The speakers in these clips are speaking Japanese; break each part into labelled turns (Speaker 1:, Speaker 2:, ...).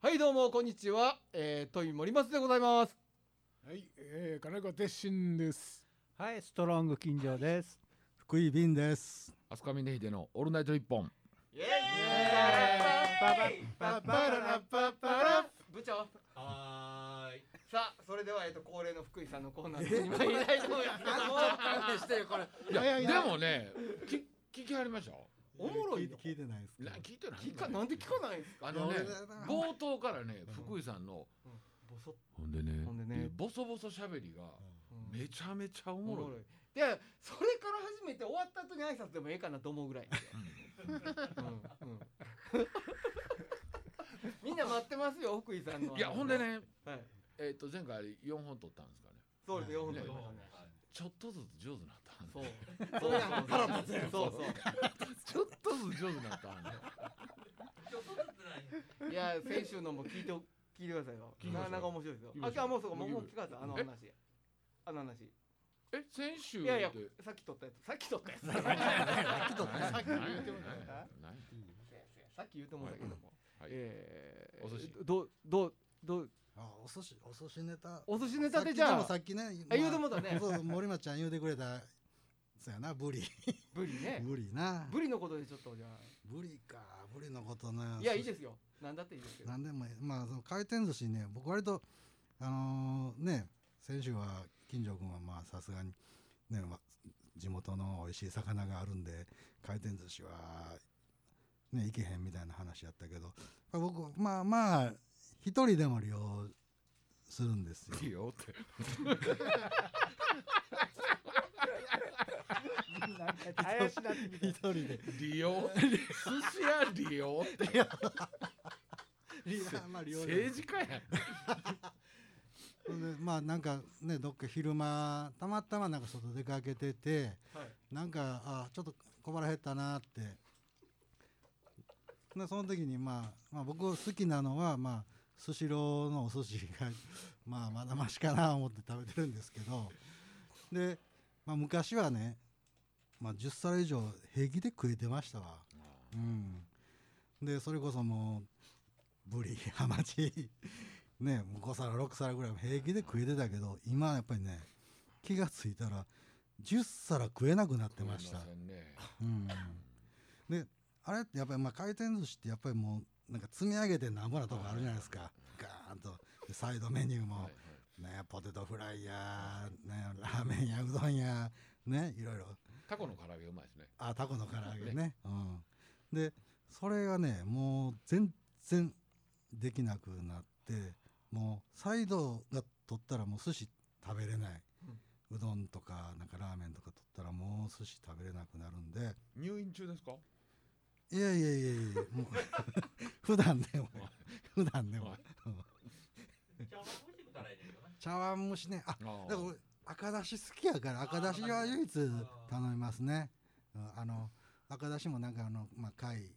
Speaker 1: はいどうもこんにちは、えー、トイ森松でございます
Speaker 2: はい、えー、金子鉄心です。
Speaker 3: はい、ストロング金城です。
Speaker 4: 福井便です。
Speaker 5: 飛鳥峰秀のオールナイト一本
Speaker 1: パパララパパラ部長はいさあそれでは、えっと恒例の福井さんのコーナーに参りたいと思いますけ
Speaker 4: してこれ。
Speaker 5: い
Speaker 2: いや
Speaker 5: や
Speaker 2: い
Speaker 5: で
Speaker 2: や
Speaker 5: もねき聞きありました
Speaker 1: どもおもろいの
Speaker 4: 聞いてないです
Speaker 5: な
Speaker 4: か。
Speaker 5: 聞いてない
Speaker 1: 聞かなんで聞かないんですか
Speaker 5: あのね
Speaker 4: いや俺だな
Speaker 5: 冒頭からね福井さんの
Speaker 1: ボソッ
Speaker 5: ほんでね
Speaker 1: ほんでね
Speaker 5: ボソボソしゃべりが
Speaker 1: うん
Speaker 5: めちゃめちゃ
Speaker 1: お
Speaker 5: おも
Speaker 1: も
Speaker 5: ろ
Speaker 1: ろ
Speaker 5: い
Speaker 1: いでそれから始めて終わった後に挨拶でもええかなと思うぐらいうん うんみんな待ってますよ福井さんの
Speaker 5: いやほんでね
Speaker 1: はい
Speaker 5: えっと前回4本撮ったんですかね
Speaker 1: そうですよ本当に
Speaker 5: ちょっとずつ上手になったんで
Speaker 1: そう そうなんですそうそう
Speaker 5: ちょっとずつ上手になったん
Speaker 1: い
Speaker 5: で
Speaker 1: や先週のも聞いてお聞いてくださいよ。
Speaker 5: きましょ
Speaker 1: なか
Speaker 5: う
Speaker 1: なか面白いですよ。あ
Speaker 5: き
Speaker 1: 今日は
Speaker 5: ましょう
Speaker 1: もうそうかもうもう聞かせたあの
Speaker 5: え
Speaker 1: 話。あの話。い
Speaker 5: え先週
Speaker 1: やいや
Speaker 5: で
Speaker 1: さっき撮ったやつ。さっき撮ったやつ。
Speaker 5: さっき言っても
Speaker 1: らった
Speaker 5: ない
Speaker 1: さっき言うてもらったけども。
Speaker 5: はい
Speaker 1: えー
Speaker 5: お寿司
Speaker 1: どうどうどう
Speaker 4: あ、お寿司、お寿司ネタ。
Speaker 1: お寿司ネタでじゃあ
Speaker 4: さっきでもさっきね、
Speaker 1: あ言うてもうた ね
Speaker 4: そう、森松ちゃん言うてくれた。そうやな、ブ リ。
Speaker 1: ブリね。
Speaker 4: ブリな。
Speaker 1: ブリのことでちょっとじゃ
Speaker 4: ブリか、ブリのことな。
Speaker 1: あ。いやいい
Speaker 4: す。
Speaker 1: ですよ。なんだっていいですけど。
Speaker 4: なんでもいい、まあ、その回転寿司ね、僕割と。あのー、ね、先週は金城君は、まあ、さすがに。ね、まあ、地元の美味しい魚があるんで、回転寿司は。ね、行けへんみたいな話やったけど、まあ僕、まあまあ、一人でも利用するんですよ。
Speaker 5: いいよって
Speaker 3: なんか怪しなってきた。
Speaker 4: 一人で。
Speaker 5: 利用寿司屋利用って
Speaker 4: まあ、料理
Speaker 5: 政治家やん
Speaker 4: ほんでまあなんかねどっか昼間たまたまなんか外出かけてて
Speaker 1: はい。
Speaker 4: なんかあちょっと小腹減ったなってでその時に、まあ、まあ僕好きなのはまあスシローのお寿司が まあまだましかな思って食べてるんですけどで、まあ、昔はね、まあ、10皿以上平気で食えてましたわ。うん、でそれこそもうブリ ハマチねもう5皿6皿ぐらい平気で食えてたけど今やっぱりね気がついたら10皿食えなくなってました
Speaker 5: ごめんなさいね
Speaker 4: うん、であれってやっぱりまあ回転寿司ってやっぱりもうなんか積み上げてなんぼなとこあるじゃないですか、ガーンとでサイドメニューも、ね、ポテトフライや、ね、ラーメンやうどんやねいろいろ
Speaker 5: タコの唐揚げうまいですね
Speaker 4: あタコの唐揚げね、うん、でそれがねもう全然できなくなってもうサイドが取ったらもう寿司食べれない、うどんとかなんかラーメンとか取ったらもう寿司食べれなくなるんで
Speaker 5: 入院中ですか
Speaker 4: いやいやいやいやもう 普段でも普段でもうん茶碗蒸しねあ
Speaker 5: あー
Speaker 4: だから俺赤だし好きやから赤だしは唯一頼みますねうんあの赤だしもなんかあのまあ貝ね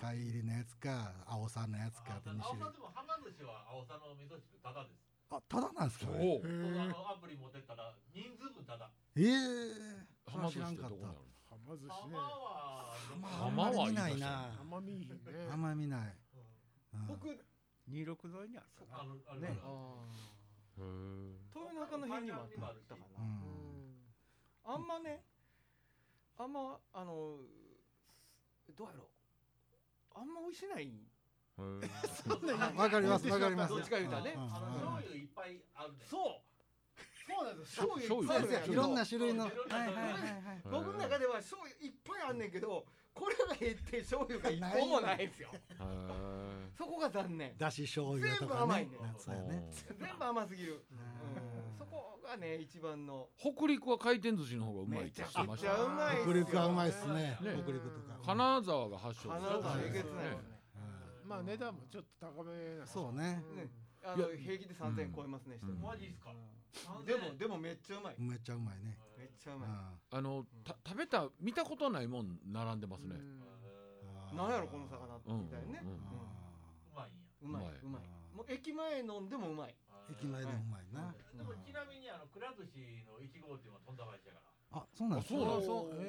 Speaker 4: 貝入りのやつか青さんのやつかって2
Speaker 6: 青
Speaker 4: 種
Speaker 6: さん
Speaker 4: 類
Speaker 6: でもはま寿司は青さんの味噌汁ただです。
Speaker 4: あただなんですか
Speaker 5: お
Speaker 4: ね
Speaker 5: お
Speaker 6: そのあのアプリ持ってったら人数分ただ。
Speaker 4: ええそれ
Speaker 5: 浜
Speaker 4: は知
Speaker 5: 寿
Speaker 4: ら
Speaker 5: 司っ
Speaker 4: ん
Speaker 5: て
Speaker 4: か
Speaker 5: ど
Speaker 4: っ
Speaker 5: こにあ
Speaker 4: た
Speaker 5: るの
Speaker 2: はま寿司
Speaker 6: 浜
Speaker 2: ね。
Speaker 4: あ
Speaker 6: は
Speaker 4: んまり見ないな
Speaker 2: 甘みいいね。
Speaker 4: あんまり見ないうん
Speaker 1: 僕
Speaker 3: 二六沿いにあるかな。
Speaker 6: あのあれ
Speaker 3: ね
Speaker 1: あー
Speaker 5: へ
Speaker 1: 豊中の辺にもあったか
Speaker 4: う
Speaker 1: な。
Speaker 4: ん
Speaker 1: あんまね、あんまあのどうやろう。あんま美味しない。
Speaker 5: え
Speaker 4: わかりますわかります
Speaker 1: どっちか言うたらね
Speaker 4: ん
Speaker 6: あの
Speaker 4: ん
Speaker 6: 醤油いっぱいあるね。
Speaker 1: そう。そうなんですよ。醤
Speaker 5: 醤
Speaker 1: 油
Speaker 5: 油
Speaker 1: いっぱいある
Speaker 4: いろんな種類のは
Speaker 6: そう
Speaker 4: い
Speaker 6: いろ
Speaker 4: は
Speaker 6: んな
Speaker 4: い
Speaker 6: 種
Speaker 4: は
Speaker 6: 類
Speaker 4: いはい
Speaker 1: 僕の中では醤油いっぱいあんねんけど、これが減って醤油が一個もないんですよ。
Speaker 5: へ
Speaker 1: そこが残念。
Speaker 4: だし醤油と
Speaker 1: 全部
Speaker 4: か
Speaker 1: 甘い
Speaker 4: ね
Speaker 1: ね
Speaker 4: そうやね
Speaker 1: 全部甘すぎる。
Speaker 4: ん
Speaker 1: うんそこがね一番の。
Speaker 5: 北陸は回転寿司の方がうまいって言ってま
Speaker 1: め
Speaker 5: し
Speaker 1: ちゃ
Speaker 5: た
Speaker 1: う
Speaker 5: ね
Speaker 1: まいっすよ。
Speaker 4: 北陸はうまいっすね
Speaker 5: ね
Speaker 4: 北陸とか
Speaker 5: 金沢が発祥
Speaker 1: 必
Speaker 5: です
Speaker 1: ずえげつないですね。
Speaker 2: まあ値段もちょっと高めな。
Speaker 4: そうね
Speaker 1: ね、あの平気で3000円超えますね、一人
Speaker 5: うん
Speaker 6: マジっすか。
Speaker 1: でもでもめっちゃうまい
Speaker 4: めっちゃうまいね
Speaker 1: めっちゃう
Speaker 4: う
Speaker 1: ま
Speaker 4: ん
Speaker 5: あのた食べた見たことないもん並んでますね
Speaker 1: い
Speaker 4: あ
Speaker 1: う
Speaker 4: ー
Speaker 1: んなんやろこの魚
Speaker 5: うん
Speaker 1: みたいなね
Speaker 5: うんうん
Speaker 4: あ
Speaker 6: うまいんや。
Speaker 1: うんうまいううんまいも
Speaker 4: うん
Speaker 5: まい
Speaker 1: う駅前飲んでもうまい
Speaker 4: ー駅前でもうまいな
Speaker 6: でもちなみにあのくら寿司の一号店はとんだ会社やか
Speaker 4: あそうなんです
Speaker 5: あそうなん
Speaker 2: そう
Speaker 4: か
Speaker 5: です
Speaker 1: へ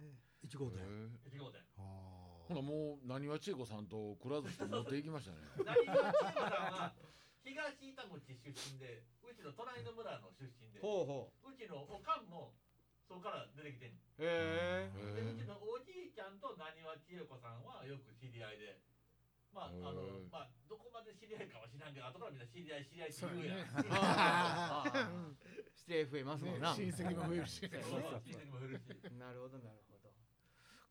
Speaker 2: へ
Speaker 1: え
Speaker 4: えー一号
Speaker 5: へ
Speaker 4: 店
Speaker 5: え
Speaker 6: ら。一号店。
Speaker 4: あー
Speaker 5: ほらもう何は千恵子さんとくら寿司と持っていきましたね
Speaker 6: 何より千恵子さんは東板口出身でうちの隣の村の出身でう
Speaker 1: ほうほ
Speaker 6: ちのおかんもそこから出てきて
Speaker 1: う
Speaker 6: ん
Speaker 1: へえ
Speaker 5: へ
Speaker 6: で
Speaker 5: え
Speaker 6: うちのおじいちゃんとなにわ千恵子さんはよく知り合いで。まあ、あ
Speaker 5: へえ
Speaker 6: の、まあ、どこまで知り合いかは知らんけど、後からみんな知り合い、知り合いって言うやん。
Speaker 2: そう
Speaker 1: ああああ指定増えますもんな、
Speaker 2: ね親戚も増えるし
Speaker 6: そうそう親戚も減るし。
Speaker 1: なるほどなるほど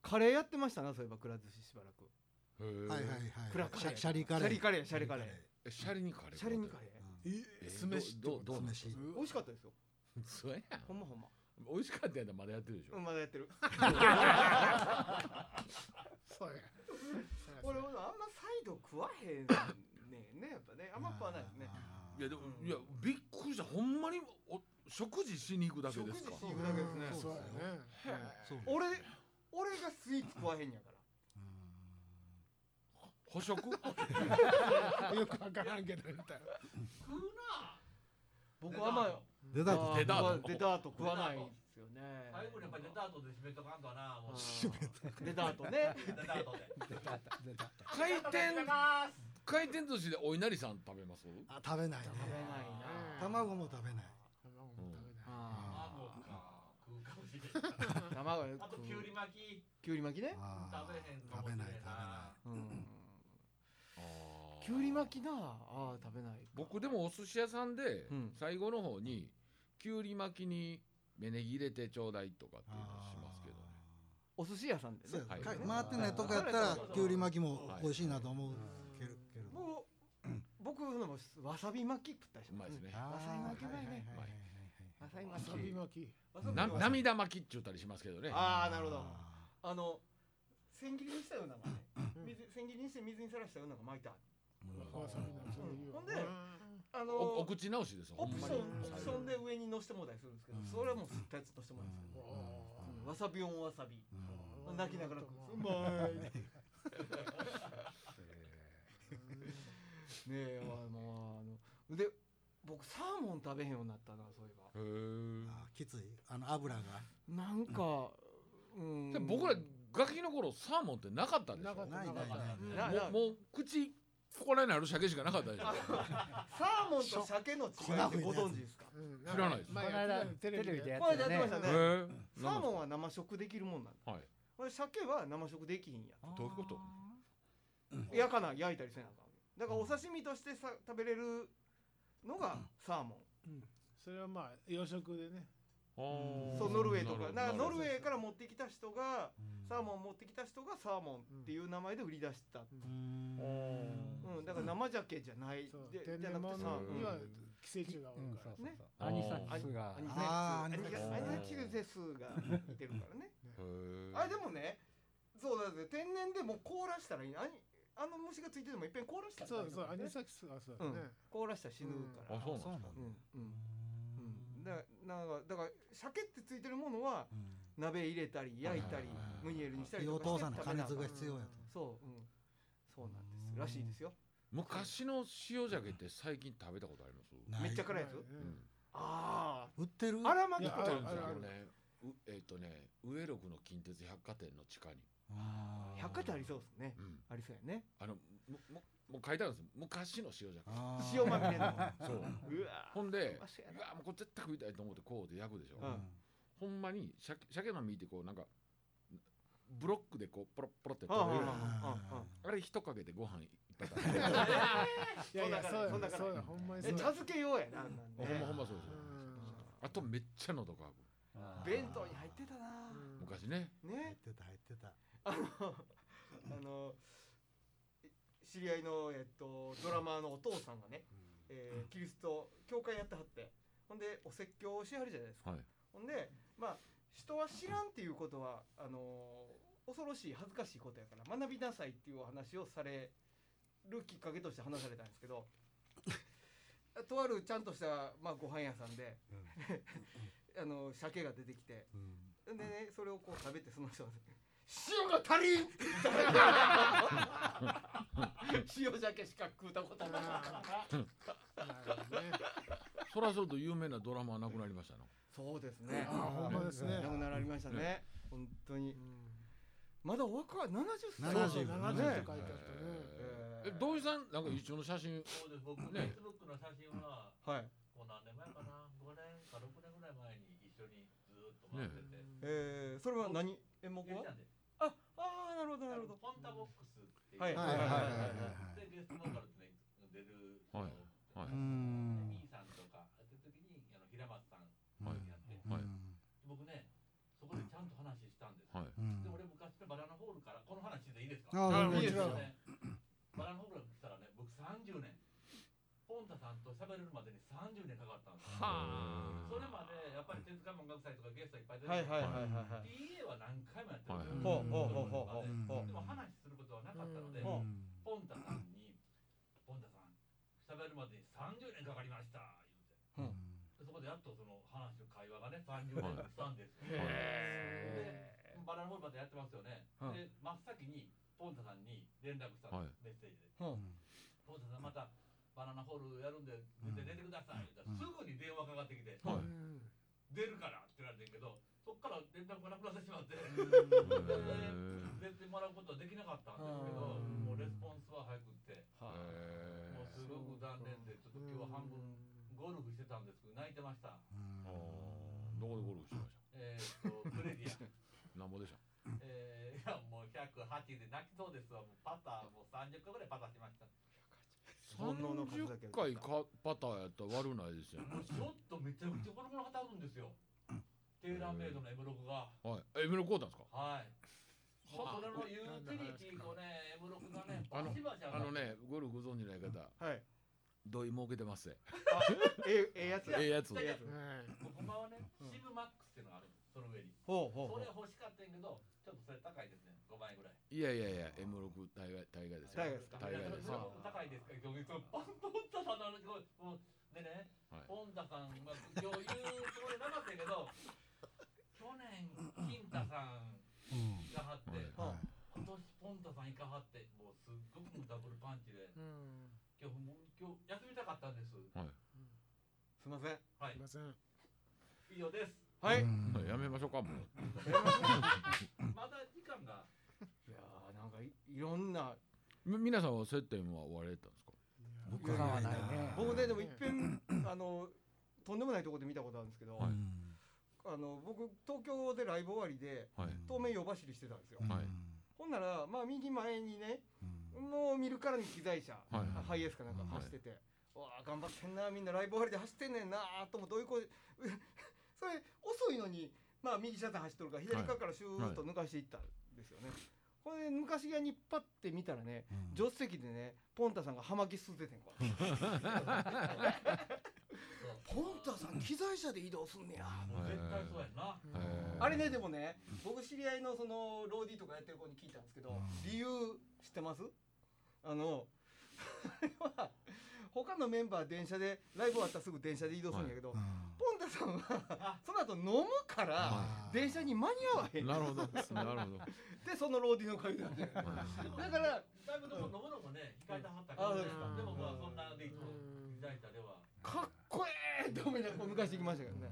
Speaker 1: カレーやってましたなそういえばくら寿司しばらく
Speaker 5: へえ
Speaker 4: はいはい
Speaker 1: クラ
Speaker 4: は
Speaker 1: カレー
Speaker 4: い。シャシャリカレー。
Speaker 1: シャリカレーシャリカレー
Speaker 5: えシャリにカレー
Speaker 1: シャレにカレー
Speaker 4: うん
Speaker 5: え
Speaker 2: え
Speaker 5: ー
Speaker 2: 酢飯って
Speaker 5: ど
Speaker 2: こと
Speaker 5: どうなんです
Speaker 4: 酢
Speaker 5: か
Speaker 4: 飯
Speaker 1: 美味しかったですよ
Speaker 5: そうやん
Speaker 1: ほんまほんま
Speaker 5: 美味しかったやんまだやってるでしょ、
Speaker 1: うんまだやってる
Speaker 2: そうや
Speaker 1: 俺あんまサイド食わへんねんねやっぱねあんま食わないですね
Speaker 4: あー
Speaker 5: いやでも、
Speaker 1: うん
Speaker 5: いやびっくりしたほんまにお食事しに行くだけ
Speaker 1: 食
Speaker 5: で
Speaker 1: 事
Speaker 5: す
Speaker 1: し
Speaker 5: か
Speaker 1: に行くだけですね
Speaker 4: うん
Speaker 2: そうやね
Speaker 1: へ
Speaker 4: そうです
Speaker 1: 俺俺がスイーツ食わへんやから
Speaker 4: う
Speaker 5: 捕食
Speaker 2: うんよくわからんけどみたいな
Speaker 6: 食うな。
Speaker 1: 僕はまあ
Speaker 4: んデザート
Speaker 5: デザート
Speaker 1: デザート食わないですよね
Speaker 6: 最後にやっぱりデザートで締めとかんとはな、もう。
Speaker 1: うんデザートね
Speaker 6: デザートで。
Speaker 5: 回転
Speaker 6: いただきます
Speaker 5: 回転寿司でお稲荷さん食べます
Speaker 4: あ食べないね
Speaker 1: 食べないな
Speaker 4: 卵も食べない
Speaker 2: 卵も食べない
Speaker 1: あ
Speaker 6: 卵か。食うかもしれん。
Speaker 1: ー卵
Speaker 6: あと、
Speaker 1: 食う
Speaker 6: きゅうり巻き。
Speaker 1: きゅうり巻きね
Speaker 4: あ
Speaker 6: 食べへん
Speaker 4: ー
Speaker 6: か
Speaker 4: 食
Speaker 6: もし
Speaker 4: べ
Speaker 6: れ
Speaker 4: ない
Speaker 6: んな
Speaker 1: うん
Speaker 5: あー
Speaker 1: きゅうり巻きなあー食べないか
Speaker 5: 僕でもお寿司屋さんで
Speaker 1: うん
Speaker 5: 最後の方にきゅうり巻きに芽ネギ入れてちょうだいとかっていうのしますけどね
Speaker 1: お寿司屋さんで
Speaker 4: そう
Speaker 1: ね
Speaker 4: や
Speaker 5: はい
Speaker 4: か回ってないとこやったらきゅうり巻きも美味しいなと思うけるけど
Speaker 1: もう僕のもわさび巻き食ったりし
Speaker 5: う
Speaker 1: ま
Speaker 5: まい
Speaker 1: す
Speaker 5: です
Speaker 1: ね
Speaker 5: ね
Speaker 4: あー
Speaker 1: わさび巻きうまいね
Speaker 4: ははは
Speaker 1: わさび
Speaker 2: わ
Speaker 1: 巻き
Speaker 2: さび巻き
Speaker 1: わさび
Speaker 5: な
Speaker 1: 巻き
Speaker 5: 涙巻きって言ったりしますけどね
Speaker 1: ああなる
Speaker 4: い
Speaker 1: ほど
Speaker 4: あ
Speaker 1: あの千切りにしたようなもんね
Speaker 2: うん
Speaker 1: 水千切りにして水にさらしたようなのが巻いた
Speaker 4: ー
Speaker 2: わさびのそういう
Speaker 1: ほんで
Speaker 2: うん
Speaker 1: あの
Speaker 5: おお口直しですほ
Speaker 1: オ
Speaker 5: ん
Speaker 1: プシ
Speaker 5: ま
Speaker 1: ョ
Speaker 5: に
Speaker 1: ンオプションで上にのしてもらったりするんですけど
Speaker 4: うん
Speaker 1: それはもう吸ったやつとしてもらうんですけど
Speaker 2: うん
Speaker 1: うんわさびオンわさび
Speaker 4: うん
Speaker 2: うん
Speaker 1: 泣きながら食うんです
Speaker 2: う
Speaker 1: ようまいね
Speaker 2: う
Speaker 1: えあのあので僕サーモン食べへんようになったなそういえば
Speaker 5: へー
Speaker 4: あーきついあの油が
Speaker 1: なんか、うん
Speaker 5: で僕らガキの頃サーモンってなかったでし
Speaker 2: なか
Speaker 5: ょ
Speaker 2: っ
Speaker 4: ないないない
Speaker 2: うん
Speaker 1: なな
Speaker 5: もうもう口ここらにある鮭しかなかったでしょ
Speaker 1: サーモンと鮭の違いってご存知ですか。
Speaker 2: ん
Speaker 5: 知らないです
Speaker 2: 前
Speaker 3: この間
Speaker 2: テレビ
Speaker 3: テレビで
Speaker 2: で
Speaker 3: や
Speaker 1: これやってま
Speaker 3: っ
Speaker 1: したた
Speaker 3: ね
Speaker 5: へ
Speaker 1: ね。
Speaker 5: ー
Speaker 1: サーモンは生食できるもんなんだ。
Speaker 5: はい
Speaker 1: これ鮭は生食できひんや。
Speaker 5: どういうこと
Speaker 1: 焼かな焼いたりせなあかん。だからお刺身としてさ食べれるのがサーモ
Speaker 2: それはまあ養殖でね
Speaker 5: あー
Speaker 1: ン。そうノルウェーとか、
Speaker 5: な
Speaker 1: な
Speaker 5: る
Speaker 1: んか
Speaker 5: ほど
Speaker 1: ノルウェーから持ってきた人がサーモ
Speaker 4: ン
Speaker 1: ン持ってきた人がサーモンっていう名前で売り出した。
Speaker 4: うん
Speaker 1: うん、だから生鮭じゃない
Speaker 2: そう
Speaker 1: で
Speaker 2: 天
Speaker 1: じゃな
Speaker 2: 然
Speaker 1: く
Speaker 2: 物
Speaker 1: てサーモ
Speaker 2: には
Speaker 1: ン。
Speaker 2: 寄生虫が多いから
Speaker 1: ね
Speaker 5: あー
Speaker 3: アニサキスが
Speaker 1: アニサキス
Speaker 4: あー
Speaker 1: アニ
Speaker 4: アニサキス
Speaker 1: サキスですがいてるからね。
Speaker 5: へー
Speaker 1: あれでもねそうだぜ天然でもう凍らしたらいいあにあの虫がついててもいっぺん凍らしたら
Speaker 2: そうそうア
Speaker 1: 大丈夫
Speaker 2: ニ
Speaker 1: ね
Speaker 2: サキスはそうだね
Speaker 1: 凍らしたら死ぬから
Speaker 5: あそうなんですか
Speaker 4: なんだ
Speaker 1: うんうんうんだ
Speaker 4: う
Speaker 1: なんかだから鮭ってついてるものは
Speaker 4: ん
Speaker 1: 鍋入れたり焼いたり
Speaker 5: はいはいはい
Speaker 1: ムニエルにしたり
Speaker 4: 火
Speaker 1: とか
Speaker 4: を
Speaker 1: して
Speaker 4: 通さない加熱
Speaker 1: 食べ
Speaker 4: が
Speaker 1: な
Speaker 4: 必要やと
Speaker 1: そううんそうなんですらしいですよ
Speaker 5: 昔の塩鮭って最近食べたことあります
Speaker 4: ない
Speaker 1: めっちゃ辛いやつ
Speaker 5: うん
Speaker 1: あ
Speaker 4: 売ってる
Speaker 1: あ荒巻き
Speaker 2: い
Speaker 1: と
Speaker 2: や
Speaker 5: あ
Speaker 1: か
Speaker 5: る
Speaker 2: あ
Speaker 5: ん
Speaker 2: るあ
Speaker 5: です
Speaker 2: る
Speaker 5: よ
Speaker 2: ある
Speaker 5: ねうえっとね上六の近鉄百貨店の地下に
Speaker 4: あー
Speaker 1: 百貨店ありそうですね
Speaker 5: うん
Speaker 1: ありそうやね
Speaker 5: あのもももう書いてあるんです昔の塩鮭
Speaker 4: あー
Speaker 1: 塩まみれの
Speaker 5: そう
Speaker 1: うわ
Speaker 5: ほんで
Speaker 1: うまそうや
Speaker 5: う
Speaker 1: な
Speaker 5: わもうこれ絶対食いたいと思ってこうで焼くでしょ
Speaker 1: うん
Speaker 5: ほんまに鮭鮭の身ってこうなんかブロックでこうポロッポロって
Speaker 1: ああ
Speaker 5: 取れる
Speaker 1: あ
Speaker 5: あれ一かけてご飯いっぱい食 べ
Speaker 2: い
Speaker 5: る
Speaker 2: やいやそう
Speaker 1: そ
Speaker 2: や
Speaker 1: んな辛い
Speaker 2: ねそうやほんまに
Speaker 1: え
Speaker 2: そう
Speaker 1: 茶
Speaker 2: や
Speaker 1: 漬けようやなあんなん
Speaker 5: ほんま
Speaker 1: ね
Speaker 5: ほんまそうですあとめっちゃ喉乾く
Speaker 1: 弁当に入ってたな
Speaker 2: うん
Speaker 5: 昔ね
Speaker 4: 入っ
Speaker 1: ね
Speaker 4: てた入ってた
Speaker 1: あのあの知り合いの、えっと、ドラマーのお父さんがね、えーキリスト教会やってはってほんでお説教をしはるじゃないですか、
Speaker 5: はい
Speaker 1: ほんでまあ人は知らんっていうことはあの恐ろしい恥ずかしいことやから学びなさいっていうお話をされるきっかけとして話されたんですけ どとあるちゃんとした、まあ、ご飯屋さんで、 あの鮭が出てきて
Speaker 4: うん
Speaker 1: でね、それをこう食べてその人が塩が足りんって言ったら 塩鮭しか食うたことない
Speaker 2: なるほどね
Speaker 5: そらそうと有名なドラマはなくなりましたな
Speaker 1: そうですね
Speaker 2: あほんまですね
Speaker 1: なくなられましたね本当にまだお若い70歳
Speaker 2: そうそ
Speaker 4: 70
Speaker 2: う
Speaker 4: ね
Speaker 2: 70って書いてあったね。
Speaker 5: えーえ土井さんなんか一応の写真
Speaker 6: そうです僕フェ
Speaker 5: ね
Speaker 6: イスブックの写真は
Speaker 1: はい
Speaker 6: もう何年前かな5年か6年ぐらい前に一緒にずーっと回ってて、
Speaker 1: えー、それは何演目
Speaker 6: 僕
Speaker 1: は
Speaker 6: はで
Speaker 1: ああーなるほどなるほど
Speaker 6: ポンタボックスっていう
Speaker 1: はい
Speaker 4: はいはいはい
Speaker 6: でゲストボーカルってね出る
Speaker 5: はいは
Speaker 6: あの
Speaker 5: いう
Speaker 4: ーん
Speaker 6: 兄さんとかやってる時にあの平松さん
Speaker 4: はい
Speaker 6: やって
Speaker 4: は
Speaker 5: はいい
Speaker 6: 僕ねそこでちゃんと話したんです、
Speaker 5: はい
Speaker 4: うん
Speaker 6: で俺昔のバラのホールからこの話でいいですか
Speaker 4: あ
Speaker 2: あいいですよ
Speaker 6: そうねバラのホールから来たらね僕30年ポンタさんと喋れるまでに30年かかったんですよ
Speaker 5: は
Speaker 6: それまでやっぱり手塚文学祭とかゲストいっぱい出て
Speaker 1: はいはいはいはいはい
Speaker 6: PA は何回もやってる
Speaker 5: はい
Speaker 6: んです
Speaker 1: ほ
Speaker 6: よ
Speaker 1: うほうほうほうほうほう
Speaker 6: でも話することはなかったので、
Speaker 1: うん
Speaker 6: ポンタさんに、ポンタさん、喋るまでに30年かかりました、
Speaker 1: うん
Speaker 6: 言うて、そこでやっとその話の会話がね、30年したんです。
Speaker 1: へ
Speaker 6: で、バラのホールまでやってますよね。
Speaker 1: うん
Speaker 6: で、真っ先にポンタさんに連絡した
Speaker 5: は
Speaker 6: ん
Speaker 5: い
Speaker 6: です、メッセージで。
Speaker 1: ーうん
Speaker 6: ポンタさん、またバナナホールやるんで、出て出てください、言うたら
Speaker 4: うん
Speaker 6: すぐに電話かかってきて、
Speaker 5: はい
Speaker 2: うん
Speaker 6: 出るからって言われてんけど、そっから連絡がなくなってしまって。
Speaker 5: へ
Speaker 6: 全然出てもらうことはできなかったんですけ
Speaker 1: う
Speaker 6: ど、
Speaker 1: ん
Speaker 6: もうレスポンスは早くって。
Speaker 1: は
Speaker 6: もうすごく残念で、ちょっと今日は半分ゴルフしてたんですけど、泣いてました。
Speaker 5: あーどこでゴルフしてまし
Speaker 6: えー、っと、プレディア。
Speaker 5: たなんぼでした
Speaker 6: えー、いや、もう108で泣きそうですわ。もうパター、もう30回ぐらいパターしました。
Speaker 1: 煩悩の数だけ
Speaker 5: 30回かパターやったら悪ないですよね
Speaker 6: もうちょっとめちゃくちゃ子供の方あるんですよ。テーラーメイドの M6 が。
Speaker 5: はいえエミロコータンですか
Speaker 6: はい。もうそれのユーティリティとね、M6 がね、バシバシ上が
Speaker 5: あの
Speaker 6: って
Speaker 5: ねゴルフご存知ない方
Speaker 1: いはい
Speaker 5: 土井儲けてますぜ
Speaker 1: あええええやつ
Speaker 5: ええ
Speaker 1: ええや
Speaker 5: やつ
Speaker 1: つ
Speaker 2: ね
Speaker 6: ほんまはね、
Speaker 1: うん
Speaker 6: シブマックスっていうのがあるんですその上に。
Speaker 1: ほうほう
Speaker 6: そ
Speaker 1: ほう
Speaker 6: れ欲しかったんやけど、ちょっとそれ高いですね。5枚ぐらい。
Speaker 5: いやいやいや M6 大概大概ですよ
Speaker 1: 大概ですか
Speaker 5: 大概です
Speaker 1: よ
Speaker 6: 高いですか。今日ポンタさんの話がもうでね、
Speaker 5: はい
Speaker 6: ポンタさんは今日言うつもりなかったけど、去年金太さんがはって、
Speaker 1: は
Speaker 5: はい
Speaker 6: 今年ポンタさんいかはって、もうすっごくもうダブルパンチで、
Speaker 2: うん
Speaker 6: 今日もう今日休みたかったんです。
Speaker 1: すいません
Speaker 6: は
Speaker 2: す
Speaker 6: い
Speaker 2: い、ません。
Speaker 6: 以上です。
Speaker 1: はいい
Speaker 5: はいやめましょうかもう
Speaker 6: まだ時間が。
Speaker 1: やーなんかいいろんな
Speaker 5: み皆さんは接点は終われたんですか
Speaker 4: 僕はないな
Speaker 1: 僕ねでも一遍あのとんでもないところで見たことあるんですけど、
Speaker 5: はい
Speaker 1: あの僕東京でライブ終わりで
Speaker 5: はい
Speaker 1: 当面夜走りしてたんですよ、
Speaker 5: んはい
Speaker 1: ほんならまあ右前にねもう見るからに機材車、
Speaker 5: はい
Speaker 1: あハイエースかなんか走ってて、うわあ頑張ってんなみんなライブ終わりで走ってんねんなーともどういう声 それ遅いのにまあ右車線走っとるから左側からシューッと抜かしていったんですよね、これ抜かし際にパッて見たらね助手席でねポンタさんが葉巻吸っててんこれポンタさん機材車で移動すんねや
Speaker 6: もう絶対そうやんな。
Speaker 2: うん
Speaker 5: えー
Speaker 1: あれねでもね僕知り合いのそのローディーとかやってる子に聞いたんですけど理由知ってますあの あれは他のメンバー電車でライブ終わったらすぐ電車で移動するんやけど、ポンタさん はその後飲むから電車に間に合わへん
Speaker 5: なるほどなるほど
Speaker 1: でそのローディーの会なんでだから
Speaker 6: だいぶでも飲むのもね、控えてはったけ
Speaker 1: あそう
Speaker 6: ど、ね
Speaker 1: です
Speaker 2: か
Speaker 6: でもまあそんなでいつも
Speaker 2: うん
Speaker 6: 時代差では。
Speaker 1: かっこええって思いながらこう抜かしていきましたけどね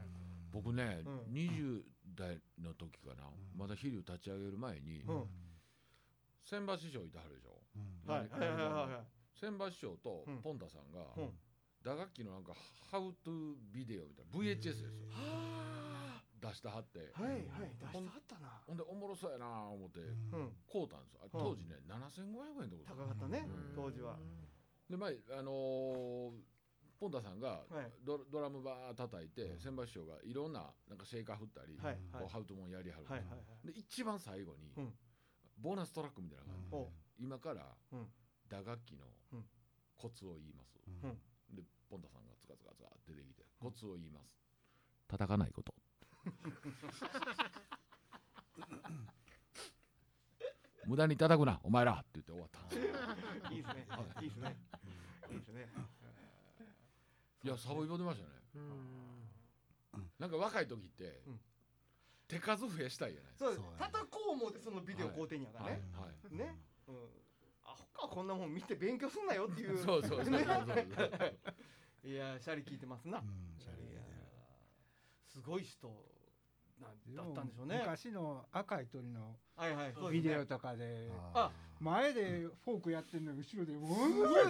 Speaker 5: 僕ね
Speaker 1: うん
Speaker 5: 20代の時かなまだ飛龍立ち上げる前に
Speaker 1: うん
Speaker 5: 千葉師匠いてはるでしょ
Speaker 1: はいはいはいはいはい
Speaker 5: 千葉師匠と
Speaker 1: うん
Speaker 5: ポンタさんが
Speaker 1: うん
Speaker 5: 打楽器のなんかハウトゥービデオみたいな VHS ですよ
Speaker 1: は
Speaker 5: 出してはって
Speaker 1: あはいはい出してはったな
Speaker 5: ほんでおもろそうやな思って買うたんですよあれ
Speaker 1: うん
Speaker 5: 当時ね7500円と
Speaker 1: 高
Speaker 5: か
Speaker 1: かったね
Speaker 5: うん
Speaker 1: 当時は
Speaker 5: で前あのーポンタさん
Speaker 1: は
Speaker 5: が
Speaker 1: い
Speaker 5: ドドラムバー叩いて
Speaker 4: うん
Speaker 5: 千葉師匠がいろんななんかシェイカー振ったり
Speaker 1: はいはい
Speaker 5: こうハウトもんやりはる
Speaker 1: はいはいはい
Speaker 5: で一番最後に
Speaker 1: うん
Speaker 5: ボーナストラックみたいな感じで今から
Speaker 1: うん
Speaker 5: 打楽器の
Speaker 1: うん
Speaker 5: コツを言います
Speaker 1: うん
Speaker 5: でポンタさんがつかつかつか出てきてコツを言います叩かないこと 無駄に叩くなお前らって言って終わったんですよ
Speaker 1: いいですね。いいですね。いいですね。
Speaker 5: いやサボイボ出ましたね
Speaker 2: うん
Speaker 5: なんか若い時って、
Speaker 1: うん
Speaker 5: 手数増やしたいじゃないですか
Speaker 1: そうです
Speaker 4: そうやね
Speaker 1: 叩こう思うてそのビデオ買うてんやからね。
Speaker 5: はい
Speaker 1: ね。うん。あ他はこんなもん見て勉強すんなよっていう。
Speaker 5: そうそうそうそう
Speaker 1: ね
Speaker 5: そうそう
Speaker 1: いやーシャリ聞いてますな。いやーすごい人なんだったんでしょうね。
Speaker 3: 昔の赤い鳥の
Speaker 1: はいはい。そうで
Speaker 3: ビ
Speaker 1: すね
Speaker 3: デオとかで
Speaker 1: あ
Speaker 3: 前でフォークやってるのに後ろでウォ
Speaker 1: すごい
Speaker 3: ー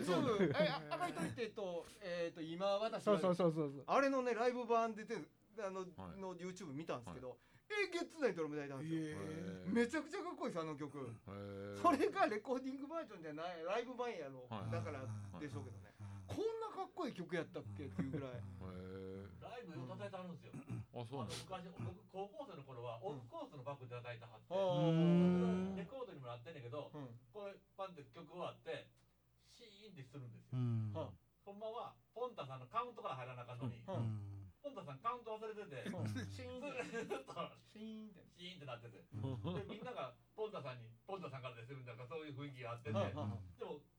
Speaker 1: です
Speaker 3: ン
Speaker 1: よね YouTube
Speaker 5: へー
Speaker 1: えあ赤い鳥ってえっとえっと今私
Speaker 3: そうそう
Speaker 1: は
Speaker 3: そうそう
Speaker 1: あれのねライブ版出てるあの
Speaker 5: はい
Speaker 1: の YouTube 見たんですけど、えゲッツナイトのみたいなんですよ。
Speaker 5: へー
Speaker 1: めちゃくちゃかっこいいですあの曲。
Speaker 5: へー
Speaker 1: それがレコーディングバージョンじゃ ないライブ版やろ、
Speaker 5: はい
Speaker 1: だからでしょうけどね、こんなかっこいい曲やったっけっていうぐらい、
Speaker 5: へー
Speaker 6: ライブを叩いてあるんですよ。
Speaker 5: あそうな
Speaker 6: あの
Speaker 5: んです
Speaker 6: 昔僕高校生の頃はオフコースのバッグで叩いてはって、
Speaker 1: うん
Speaker 6: レコードにもなってんねんけど、
Speaker 1: うん
Speaker 6: これパンって曲終わってシーンってするんです
Speaker 4: う
Speaker 6: よ。
Speaker 4: ん
Speaker 1: は
Speaker 6: ほんまはポンタさんのカウントから入らなあかんのに、
Speaker 1: うん
Speaker 6: ポンタさんカウント忘れてて、ずっと
Speaker 4: うん
Speaker 1: シーンってシーンって
Speaker 6: シーンってなってて、で
Speaker 4: うん
Speaker 6: みんながポンタさんにポンタさんからですみたいなそういう雰囲気があってて、
Speaker 1: はい
Speaker 6: でも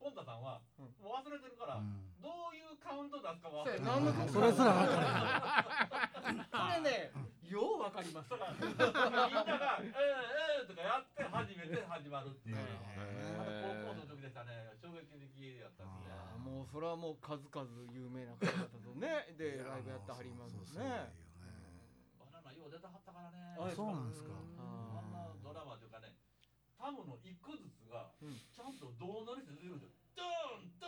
Speaker 6: ポンタさんは
Speaker 1: うん
Speaker 6: もう忘れてるから。どういうカウント出すか
Speaker 1: そ
Speaker 6: も
Speaker 1: うや
Speaker 6: 忘れてる
Speaker 1: 何の曲
Speaker 4: それすらわから
Speaker 1: ないこれねようわかり ます
Speaker 6: だからみんなが「えーえー」とかやって初めて始まるっていう
Speaker 4: な
Speaker 6: あ
Speaker 4: る
Speaker 5: ほどね
Speaker 6: の高校生の時でしたね衝撃的やったんですね
Speaker 1: あーもうそれはもう数々有名な方々とねでライブやってはります
Speaker 4: そうそうそう
Speaker 1: ね
Speaker 4: よね
Speaker 6: バナナよう出てはったからね
Speaker 1: あ
Speaker 4: そうなんですか
Speaker 6: あんな
Speaker 1: あ
Speaker 6: ドラマというかねタムの一個ずつが
Speaker 1: うん
Speaker 6: ちゃんと胴乗りして出てくるんですよドーンドーン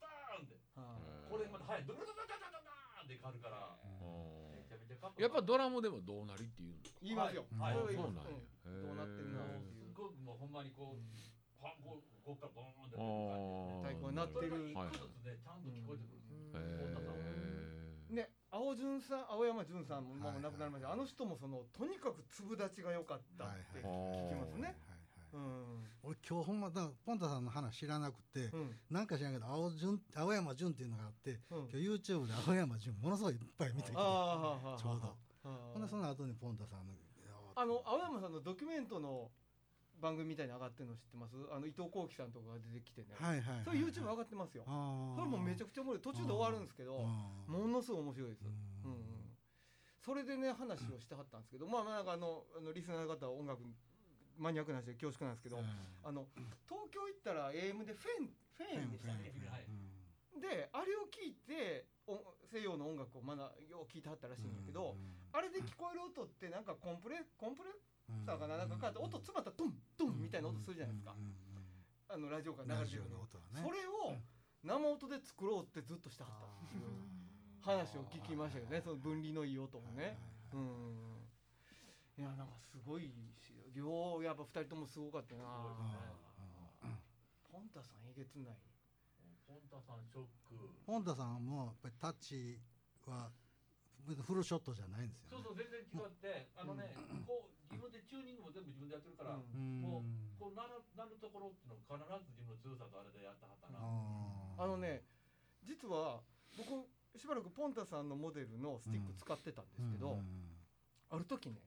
Speaker 6: ドーンって
Speaker 1: ーは
Speaker 6: これまた早いドルドルドルドルドルドーンって変わるから
Speaker 5: うん
Speaker 6: めちゃめちゃかっこ
Speaker 5: や
Speaker 6: よ
Speaker 5: っ
Speaker 6: か
Speaker 5: ぱドラムでもどうなりっていう
Speaker 1: い言いますよ
Speaker 6: はい
Speaker 1: そ
Speaker 5: の
Speaker 1: れ
Speaker 5: あそう
Speaker 1: は
Speaker 5: なんや
Speaker 1: 言います
Speaker 5: へー
Speaker 1: どうなってるな
Speaker 6: すっごくもうほんまにこうパンこうこっからボーンって
Speaker 5: あ
Speaker 6: 出てくる感じ
Speaker 1: 太鼓鳴ってる
Speaker 5: ー
Speaker 6: でそれが一個ずつねちゃんと聞こえてくるんですよ
Speaker 5: へ
Speaker 1: うんね青潤さん青山潤さんもも
Speaker 4: は
Speaker 1: う
Speaker 4: い
Speaker 1: 亡くなりました、あの人もそのとにかく粒立ちが良かったって
Speaker 4: はい
Speaker 5: ー
Speaker 1: 聞きますね、うん
Speaker 4: 俺今日ほんまだからポンタさんの話知らなくて
Speaker 1: うん
Speaker 4: なんか知らんけど青潤青山潤っていうのがあって
Speaker 1: うん
Speaker 4: 今日 YouTube で青山潤ものすごいいっぱい見てきてち
Speaker 1: あ
Speaker 4: ょ
Speaker 1: あはあはあ
Speaker 4: うど
Speaker 1: はあ
Speaker 4: ほんでその後にポンタさんの
Speaker 1: あの青山さんのドキュメントの番組みたいに上がってるの知ってますあの伊藤幸喜さんとかが出てきてね、
Speaker 4: はいはいはい
Speaker 1: それ YouTube 上がってますよ
Speaker 4: あ
Speaker 1: それもめちゃくちゃ面白い途中で終わるんですけどものすごい面白いですうんうんそれでね話をしてはったんですけど、まあまあなんかあのあのリスナーの方は音楽マニアックな話で恐縮なんですけど、あの東京行ったら AM でフェンフェンでしたっけであれを聞いてお西洋の音楽をまだよう聞いてはったらしいんだけど、あれで聞こえる音ってなんかコンプレコンプレッサーかななんかかかって音詰まったらトントンみたいな音するじゃないですか、あのラジオから流
Speaker 4: ラ
Speaker 1: れて
Speaker 4: ジ
Speaker 1: る
Speaker 4: オ
Speaker 1: ような
Speaker 4: の
Speaker 1: 音
Speaker 4: 音はね
Speaker 1: それを生音で作ろうってずっとしてはったっていう話を聞きましたよねその分離のいい音もね、うんいやなんかすごいし両やっぱ二人ともすごかったな
Speaker 6: すごいですね
Speaker 1: ポンタさんえげつない
Speaker 6: ポンタさんショック
Speaker 4: ポンタさんもやっぱりタッチは別にフルショットじゃないんですよ、ね
Speaker 6: そうそう全然違ってあのねこう自分でチューニングも全部自分でやってるから
Speaker 1: うん
Speaker 4: ん
Speaker 6: もこうなるなるところっていうのを必ず自分の強さとあれでやってはったな
Speaker 1: あのね実は僕しばらくポンタさんのモデルのスティック使ってたんですけど、ある時ね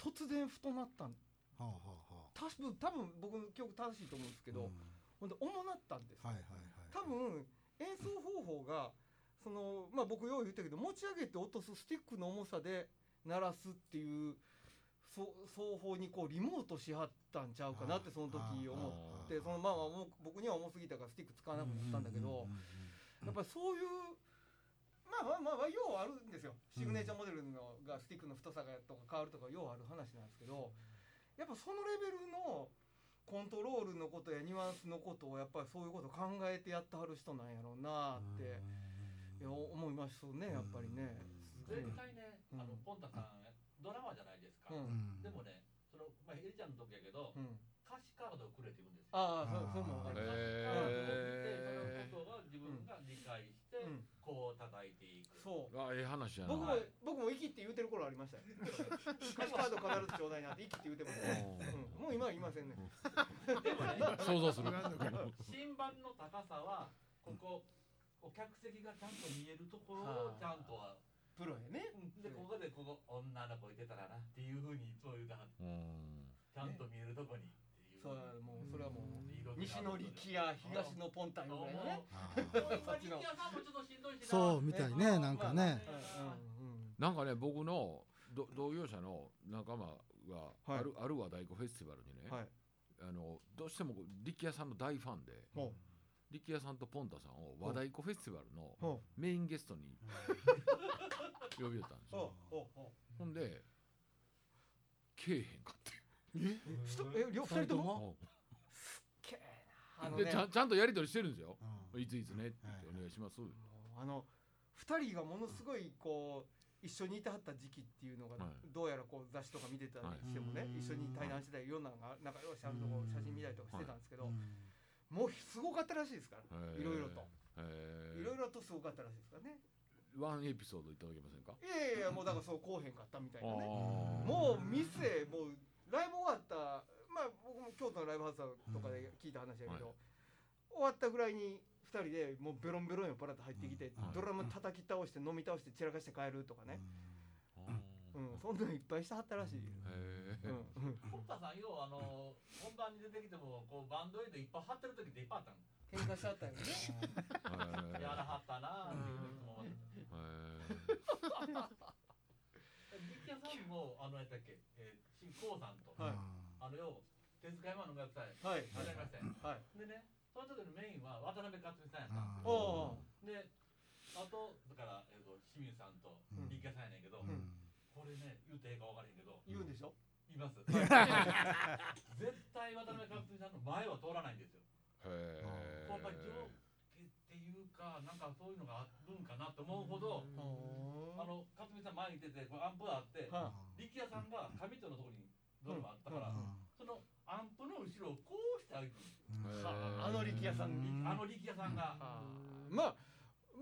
Speaker 1: 突然太なったん
Speaker 4: はあは
Speaker 1: 多分多分僕の記憶正しいと思うんですけど、ほんで重なったんです、
Speaker 4: はいはいはい
Speaker 1: 多分演奏方法がそのまあ僕よう言ったけど持ち上げて落とすスティックの重さで鳴らすっていうそ奏法にこうリモートしはったんちゃうかなってその時思っ
Speaker 5: あ
Speaker 1: てそのまあまあもう僕には重すぎたからスティック使わなくなったんだけどやっぱりそういうまあまあまあようあるんですよシグネチャーモデルのがスティックの太さがとか変わるとかようある話なんですけどやっぱそのレベルのコントロールのことやニュアンスのことをやっぱりそういうことを考えてやってはる人なんやろうなっていや思いますねやっぱりね。すごい
Speaker 6: 絶対ね
Speaker 1: うん
Speaker 6: あのポンタさんドラマじゃないですか
Speaker 1: うん
Speaker 6: でもねそのまあエリちゃんの時やけど
Speaker 1: うん
Speaker 6: 歌詞カードをくれって言うんですよ
Speaker 1: ああそうそうもわかり
Speaker 5: へ
Speaker 1: ます。
Speaker 6: 歌詞
Speaker 5: え
Speaker 6: カードをくれてそのことを自分が理解して
Speaker 1: うん
Speaker 6: こう叩いていく
Speaker 1: そう
Speaker 5: あええ話やな
Speaker 1: 僕も僕も生きって言うてる頃ありましたよ。歌詞カード飾るちょうだいなって生きって言うてましたね。うんもう今は言いませんね。
Speaker 6: でもね
Speaker 5: 想像する
Speaker 6: 新版の高さはここお客席がちゃんと見えるところをちゃんとは
Speaker 1: プロやね。
Speaker 6: でここでここ女の子いてたらなっていうふうにいつも言うたはった
Speaker 5: うん
Speaker 6: ちゃんと見えるとこにっていう
Speaker 1: そうもうそれはもう
Speaker 6: 色々
Speaker 1: 西の力や東のポンタイぐらいのね。
Speaker 6: あるので西の力さんもちょっとしんどいしな
Speaker 4: そうみたいねなんかね
Speaker 1: うんうんうん
Speaker 5: なんかね僕のど同業者の仲間が
Speaker 1: はい
Speaker 5: ある、ある和太鼓フェスティバルにね、
Speaker 1: はい
Speaker 5: あのどうしても力也さんの大ファンで
Speaker 1: ほ
Speaker 5: 力也さんとポンタさんを和太鼓フェスティバルの
Speaker 1: ほ
Speaker 5: メインゲストに呼び寄ったんです
Speaker 1: ほ
Speaker 5: よ。
Speaker 1: ほほ
Speaker 5: ほんでけえへんかって
Speaker 1: 人え両二人とも
Speaker 5: も
Speaker 1: けーなあの
Speaker 5: で
Speaker 1: ね
Speaker 5: ちゃんちゃんとやり取りしてるんですよ
Speaker 4: うん
Speaker 5: いついつねって言っ
Speaker 4: はい
Speaker 5: てお願いします
Speaker 1: もうあの2人がものすごいこう一緒にいてはった時期っていうのが、
Speaker 5: はい
Speaker 1: どうやらこう雑誌とか見てたりしてもね、
Speaker 4: はい
Speaker 1: 一緒に対談してたりいろんなのが仲良しあるとこ
Speaker 4: うん
Speaker 1: 写真見たりとかしてたんですけど、
Speaker 4: うん
Speaker 1: もうすごかったらしいですから、い
Speaker 5: へー
Speaker 1: ろいろと
Speaker 5: へ
Speaker 1: い
Speaker 5: ー
Speaker 1: ろいろとすごかったらしいですからね
Speaker 5: ワンエピソードいただけませんか
Speaker 1: いやいやいやもうだからそうこうへんかったみたいなね
Speaker 5: あ
Speaker 1: も
Speaker 5: ー
Speaker 1: う店もうライブ終わったまあ僕も京都のライブハウスとかで聞いた話やけど、終わったぐらいに2人でもうベロンベロン酔っ払って入ってきて、
Speaker 5: う
Speaker 1: ド
Speaker 5: ん
Speaker 1: ラム叩き倒して飲み倒して散らかして帰るとかね、
Speaker 5: う
Speaker 1: うんん、そんなんいっぱいしてはったらしい。
Speaker 5: へ
Speaker 1: うん
Speaker 5: ー
Speaker 1: うん
Speaker 6: ポッタさんようあの本番に出てきてもこうバンドエイドいっぱい貼ってる時っていっぱいあったの
Speaker 1: 喧嘩しちゃったよね。
Speaker 5: へー
Speaker 6: やらはったなーっていう時
Speaker 5: へー
Speaker 6: も力也さんもあのやったっけ、えー、新光さんと、
Speaker 1: はい
Speaker 6: あのよう手塚山の楽隊
Speaker 1: はい
Speaker 6: わかりました
Speaker 1: は
Speaker 6: よ
Speaker 1: い。
Speaker 6: でねその時のメインは渡辺克美さんやったんですよ
Speaker 1: おお
Speaker 6: であとだから、えー、と清水さんと
Speaker 4: うん
Speaker 6: 力也さんやねんけど、
Speaker 4: うんうん
Speaker 6: これね言うてええか分からへんけど
Speaker 1: ー言うんでしょ。
Speaker 6: い ます絶対渡辺克美さんの前は通らないんですよ
Speaker 5: へー
Speaker 6: やっぱり上下っていうかなんかそういうのがあるんかなと思うほど、
Speaker 1: あ
Speaker 6: あの克美さん前に出てこうアンプがあって、
Speaker 1: は
Speaker 6: 力也さんが上戸のところにドラマあったから、そのアンプの後ろをこうして歩くんですよ
Speaker 1: い
Speaker 5: へ
Speaker 1: は
Speaker 5: ー
Speaker 1: ああの力也さん。
Speaker 6: あの力也さんが、
Speaker 1: あーまあ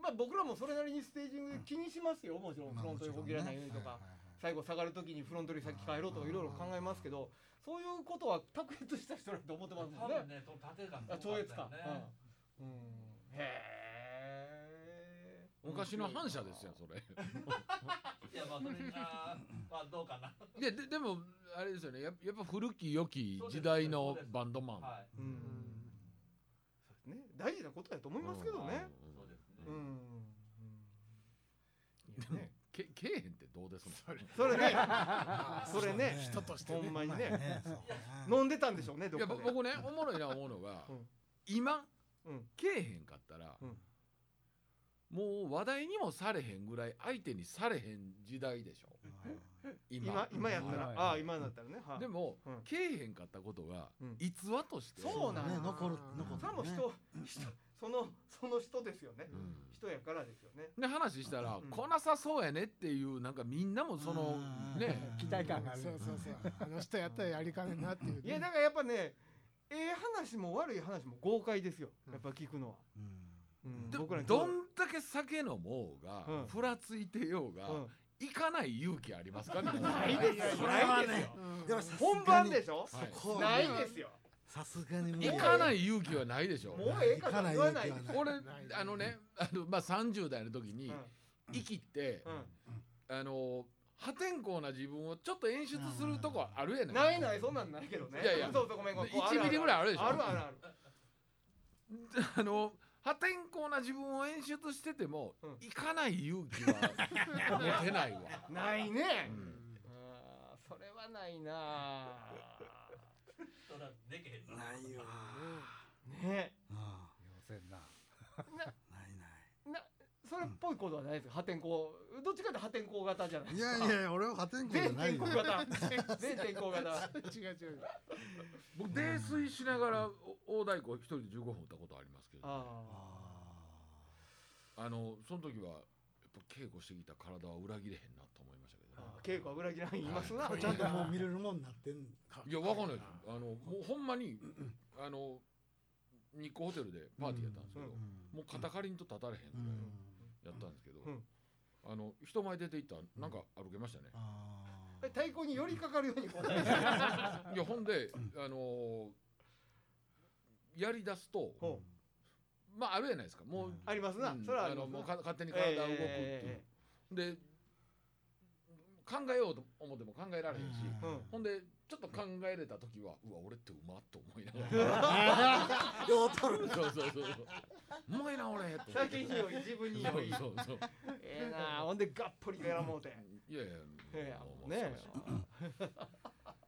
Speaker 1: まあ僕らもそれなりにステージングで気にしますよ。もちろんフロントにこぎらないようにとか。最後下がるときにフロントに先帰ろうとかいろいろ考えますけど、そういうことは卓越した人だと思ってますも
Speaker 6: 多
Speaker 1: んね
Speaker 6: 分。ねその縦がす
Speaker 1: あ
Speaker 6: ご
Speaker 1: 超
Speaker 6: かっ
Speaker 1: 越
Speaker 6: たよ
Speaker 1: か。
Speaker 6: ね、
Speaker 1: うん。うんへえ。
Speaker 5: 昔の反射ですよそれ
Speaker 6: いやまあそれがまあどうか な
Speaker 5: でででもあれですよねやっやっぱ古き良き時代のバンドマン
Speaker 6: はい
Speaker 1: うん。そうですね。大事なことだと思いますけどね。
Speaker 5: うん
Speaker 6: そうですね、
Speaker 1: うん。うんいやね
Speaker 5: けけえへんってどうですの
Speaker 1: それね、
Speaker 2: そ
Speaker 1: それね
Speaker 2: 人として
Speaker 1: ほんまにね
Speaker 4: そうね
Speaker 1: 飲んでたんでしょうね、ど
Speaker 5: い
Speaker 1: っ
Speaker 5: や
Speaker 1: かで
Speaker 5: ぼ。僕ねおもろいな思うのが、
Speaker 1: うん
Speaker 5: 今、
Speaker 1: うん
Speaker 5: けえへんかったら、
Speaker 1: うん
Speaker 5: もう話題にもされへんぐらい相手にされへん時代でしょ
Speaker 1: 今
Speaker 5: 今、
Speaker 1: 今やったら、
Speaker 2: はい
Speaker 1: ああ、今だったらね。はい
Speaker 5: でも、
Speaker 1: うん
Speaker 5: けえへんかったことが、
Speaker 1: うん
Speaker 5: 逸話として
Speaker 1: そうなん
Speaker 4: ね残る残る
Speaker 1: それはもう人、人、その、その人ですよね。
Speaker 5: うん
Speaker 1: 人やからですよね。
Speaker 5: で話したら、
Speaker 1: うん
Speaker 5: 来なさそうやねっていうなんかみんなもその
Speaker 4: うん
Speaker 5: ね
Speaker 3: 期待感がある
Speaker 2: そうそうそうあの人やったらやりかねんなっていう
Speaker 1: い
Speaker 2: ね
Speaker 1: や、だからやっぱね、ええ話も悪い話も豪快ですよ。やっぱ聞くのは。うん
Speaker 5: ど
Speaker 1: 僕らに
Speaker 5: どんだけ酒飲もうが、
Speaker 1: うん
Speaker 5: ふらついてようが、
Speaker 1: うん
Speaker 5: 行かない勇気ありますか皆さ ん
Speaker 1: ないですよ。
Speaker 4: それ
Speaker 1: な
Speaker 4: はい
Speaker 1: です
Speaker 4: ね
Speaker 1: よ。
Speaker 2: うん
Speaker 4: でもさすがに
Speaker 1: 本番でしょ
Speaker 5: はい
Speaker 4: こは
Speaker 1: な
Speaker 4: ね
Speaker 1: いですよ。
Speaker 4: さすがに無理
Speaker 5: 行かない勇気はないでしょ
Speaker 1: もうええから言わないでしょ。
Speaker 5: 俺
Speaker 2: ない
Speaker 5: あのねあの、まあ、30代の時に生きて、
Speaker 1: う
Speaker 5: あの破天荒な自分をちょっと演出するとこあるや
Speaker 1: ん
Speaker 5: な
Speaker 1: な
Speaker 5: い
Speaker 1: いないそんなんないけどね。
Speaker 5: いやいや
Speaker 1: そうそうごめんごめん。こう
Speaker 5: 1ミリぐらいあるでしょ
Speaker 1: あるあるある。
Speaker 5: あの破天荒な自分を演出してても、
Speaker 1: うん
Speaker 5: 行かない勇気 は持てないわ、
Speaker 1: ないね
Speaker 5: う。
Speaker 2: うんん
Speaker 1: あーそれはないな
Speaker 6: それはでけへん
Speaker 4: ないよ
Speaker 1: ぁ。ね
Speaker 4: うん
Speaker 2: せんな
Speaker 4: ないな
Speaker 1: それっぽいことはないですか。破天荒。どっちかって破天荒型じゃない
Speaker 4: い
Speaker 1: で
Speaker 4: い
Speaker 1: すか。
Speaker 4: やいやいや俺は破天荒じゃ
Speaker 1: 全
Speaker 4: ない
Speaker 1: 天
Speaker 4: よ
Speaker 1: 荒型。全天荒型。
Speaker 2: 違う違う
Speaker 5: 僕泥酔しながらお大太鼓を一人で15分打ったことありますけどあ
Speaker 1: あ
Speaker 4: あ
Speaker 5: のその時はやっぱ稽古してきた体は裏切れへんなと思いましたけど
Speaker 1: あ
Speaker 5: ね、。
Speaker 1: 稽古は裏切らん言いますな。
Speaker 4: ーちゃんともう見れるもんなってんか
Speaker 5: いや、わかんないですよ。あの、もうほんまに、あの、日光ホテルでパーティーやったんですけど、
Speaker 1: うん
Speaker 5: もう肩かりんと立たれへん
Speaker 4: う
Speaker 5: ぐらい
Speaker 4: ん
Speaker 5: やったんですけど、
Speaker 1: うん
Speaker 5: あの、人前出て行ったら、なんか歩けましたね。
Speaker 4: あー
Speaker 1: 太鼓に寄りかかるようにこう。
Speaker 5: いや、ほんで、あのーやり出すと、
Speaker 1: ほ
Speaker 5: まあ、あるじゃないですか。もう、
Speaker 4: うん
Speaker 1: ありますな
Speaker 5: うん。
Speaker 1: それはあ
Speaker 5: あ
Speaker 1: りま
Speaker 5: の、
Speaker 1: す
Speaker 5: もう
Speaker 1: な
Speaker 5: か勝手に体動くっていう。
Speaker 1: え
Speaker 5: で、考えようと思っても考えられへんし、
Speaker 1: うん
Speaker 5: ほんで、ちょっと考えれた時は、うわ、俺ってうまっと思いながら。
Speaker 4: ようとる
Speaker 5: そうそうそうそう。うまいな俺。
Speaker 1: えええ
Speaker 5: と思っ
Speaker 1: 最
Speaker 5: て
Speaker 1: 近良い自分に
Speaker 5: そ
Speaker 1: 良
Speaker 5: う
Speaker 1: い。
Speaker 5: そうそう。
Speaker 1: ええなあほんでがっぽりやらもうて。
Speaker 5: いやいや。
Speaker 1: ええ
Speaker 5: もう
Speaker 1: ねえ。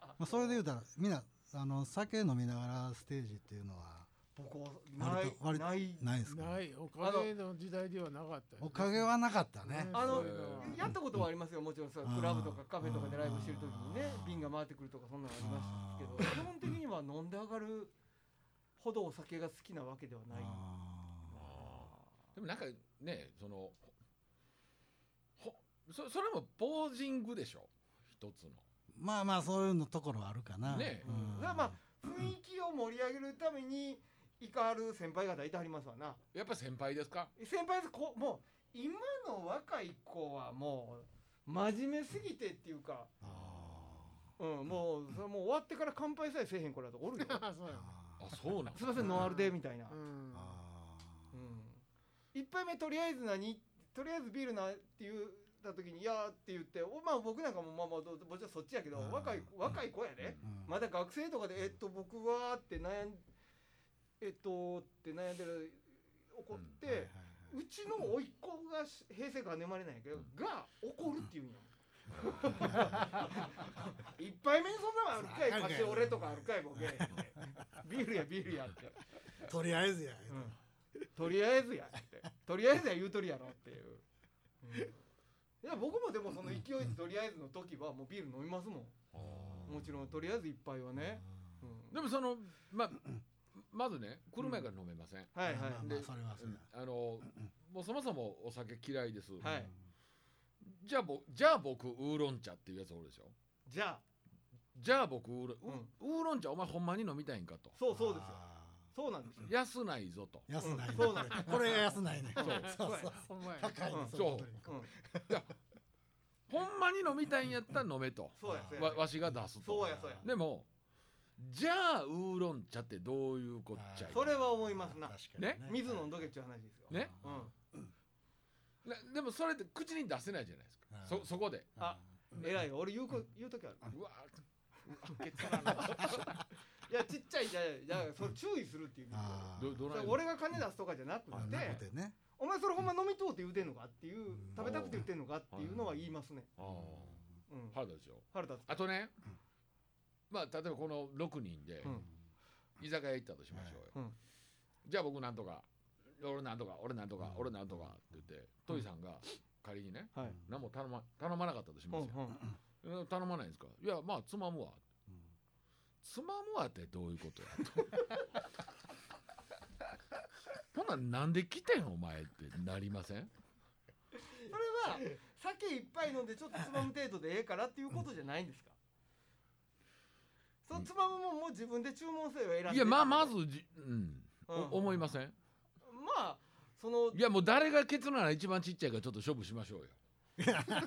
Speaker 4: まあそれで言うたらみんなあの酒飲みながらステージっていうのは
Speaker 1: 僕は
Speaker 4: あ
Speaker 1: ない
Speaker 4: と割と
Speaker 1: ない
Speaker 4: ないですか
Speaker 2: ないおかげの時代ではなかったよね
Speaker 4: おかげはなかったね
Speaker 1: あの
Speaker 2: そういうは
Speaker 1: やったことはありますよもちろんさ
Speaker 4: あー
Speaker 1: クラブとかカフェとかでライブしてる時にね
Speaker 4: あー
Speaker 1: 瓶が回ってくるとかそんなのありましたけど基本的には飲んで上がるほどお酒が好きなわけではない
Speaker 5: でもなんかねそのほそそれもポージングでしょ一つの
Speaker 4: まあまあそういうのところはあるかな
Speaker 5: ねえ
Speaker 4: うん
Speaker 1: だからまあ雰囲気を盛り上げるためにイカる先輩方いてはりますわな
Speaker 5: やっぱ先輩ですか
Speaker 1: 先輩ですこもう今の若い子はもう真面目すぎてっていうか、
Speaker 4: あ
Speaker 1: うん、もうそれもう終わってから乾杯さえせえへん子らとかおるよ
Speaker 2: そう
Speaker 4: ー
Speaker 2: や
Speaker 4: あ
Speaker 5: あ
Speaker 4: ー
Speaker 5: そうなの
Speaker 1: すいませんノンアルでみたいな、
Speaker 2: うん
Speaker 4: あー
Speaker 1: うん、1杯目とりあえず何とりあえずビールなって言った時に「いや」って言っておまあ僕なんかもまあまあどもちろんそっちやけど
Speaker 4: うん
Speaker 1: 若い若い子やで、
Speaker 4: うん
Speaker 1: まだ学生とかで「えっと僕は」って悩んえっとって悩んでる怒って、う
Speaker 4: はいはいはいう
Speaker 1: ちの甥っ子がし平成から生まれないけど、
Speaker 5: うん
Speaker 1: が怒るっていうんよ。一杯目にそんなのあるかい貸して俺とかあるかいボケってビールやビールやって
Speaker 4: とりあえずや
Speaker 1: うんとりあえずやってとりあえずや言うとりやろっていう、うんいや僕もでもその勢いでとりあえずの時はもうビール飲みますも
Speaker 5: あ
Speaker 1: んもちろんとりあえず一杯はね、うん
Speaker 5: ーでもそのままずね車やから飲めません、
Speaker 1: はいはい
Speaker 4: まあまあまあ
Speaker 5: で
Speaker 4: それはそれ
Speaker 5: うんあのもうそもそもお酒嫌いです、
Speaker 1: はい
Speaker 5: じゃあぼじゃあ僕ウーロン茶っていうやつおるでしょ
Speaker 1: じゃあ
Speaker 5: じゃあ僕ウーロン、
Speaker 1: うん
Speaker 5: ウーロン茶お前ほんまに飲みたいんかと
Speaker 1: そうそうですよ
Speaker 4: あ
Speaker 1: そうなんですよ
Speaker 5: 安ないぞと
Speaker 4: ー安ないね
Speaker 1: うんそう
Speaker 4: こ
Speaker 1: な
Speaker 4: れ
Speaker 1: ん
Speaker 4: これが安ないね
Speaker 1: そう
Speaker 4: そう
Speaker 1: そう
Speaker 4: そ
Speaker 1: や
Speaker 4: う
Speaker 2: ほんまや
Speaker 4: 高いね
Speaker 1: うん
Speaker 4: その通り
Speaker 1: うん
Speaker 5: ほんまに飲みたいんやったら飲めと
Speaker 1: そうやそうや
Speaker 5: わわしが出すと
Speaker 1: そうやそうや
Speaker 5: でもじゃあウーロン茶ってどういうこっちゃい
Speaker 1: それは思いますな
Speaker 4: 確かにね
Speaker 1: 水飲んどけっちゅう話ですよ、
Speaker 5: ね
Speaker 1: うん、
Speaker 5: なでもそれって口に出せないじゃないですか
Speaker 4: うん
Speaker 5: そそこで
Speaker 1: あ偉いよ俺言うこ言う時ある
Speaker 5: うわー開けたらない
Speaker 1: やちっ ちゃいじゃじゃそれ注意するっていう意味で
Speaker 4: あー
Speaker 5: どど
Speaker 1: そ
Speaker 5: な
Speaker 1: れ
Speaker 5: い
Speaker 1: 俺が金出すとかじゃなく
Speaker 4: あー
Speaker 1: て
Speaker 4: なくてね
Speaker 1: お前それほんま飲みとうって言うてんのかっていう、
Speaker 4: ん
Speaker 1: 食べたくて言ってんのかっていうのは言いますね、
Speaker 5: あ
Speaker 1: うん
Speaker 5: ー、原田でしょ
Speaker 1: 腹立つ
Speaker 5: あとねまあ例えばこの6人で
Speaker 1: うん
Speaker 5: 居酒屋行ったとしまし
Speaker 1: はい
Speaker 5: ょうよ
Speaker 1: うん
Speaker 5: じゃあ僕なんとか俺なんとか俺なんとか俺なんとかって言ってトイさんが仮にね
Speaker 1: はい
Speaker 5: 何も頼ま頼まなかったとし
Speaker 1: う
Speaker 5: ま
Speaker 1: ん
Speaker 5: すよえ頼まないんですかいやまあつまむわ
Speaker 4: うん
Speaker 5: つまむわってどういうことやと ほんならなんで来てんお前ってなりません
Speaker 1: それは酒いっぱい飲んでちょっとつまむ程度でええからっていうことじゃないんですかそのつまむもんも自分で注文せよ選んで
Speaker 5: いやまあまずじ、うん
Speaker 1: うん
Speaker 5: お思いません
Speaker 1: まあその
Speaker 5: いやもう誰がケツなら一番ちっちゃいからちょっと勝負しましょうよ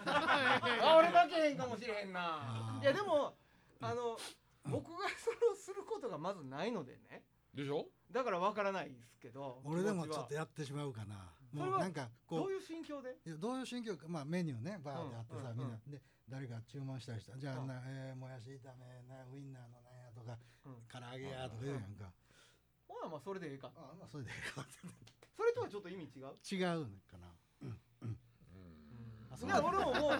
Speaker 1: あ俺だけへんかもしれへんないやでもあの僕が それをすることがまずないのでね
Speaker 5: でしょ
Speaker 1: だからわからないですけど
Speaker 4: 俺でも
Speaker 1: 気
Speaker 4: ち
Speaker 1: 持
Speaker 4: ょ
Speaker 1: は
Speaker 4: っとやってしまうかな
Speaker 1: それ
Speaker 4: も
Speaker 1: は
Speaker 4: うなんかこう
Speaker 1: どういう心境で
Speaker 4: いやどういう心境か、まあ、メニューねバーであってさ、
Speaker 1: うん
Speaker 4: みん
Speaker 1: う
Speaker 4: なで誰か注文した人じゃあ、
Speaker 1: うん
Speaker 4: なえーもやし炒めなウインナーのなんやとか、
Speaker 1: うん
Speaker 4: 唐揚げやとか言うやんか、
Speaker 1: ほなまあそれでええか
Speaker 4: あまあそれで
Speaker 1: それとはちょっと意味違う
Speaker 4: 違うのかなあ
Speaker 1: い
Speaker 4: そう
Speaker 1: や俺ももうもうだ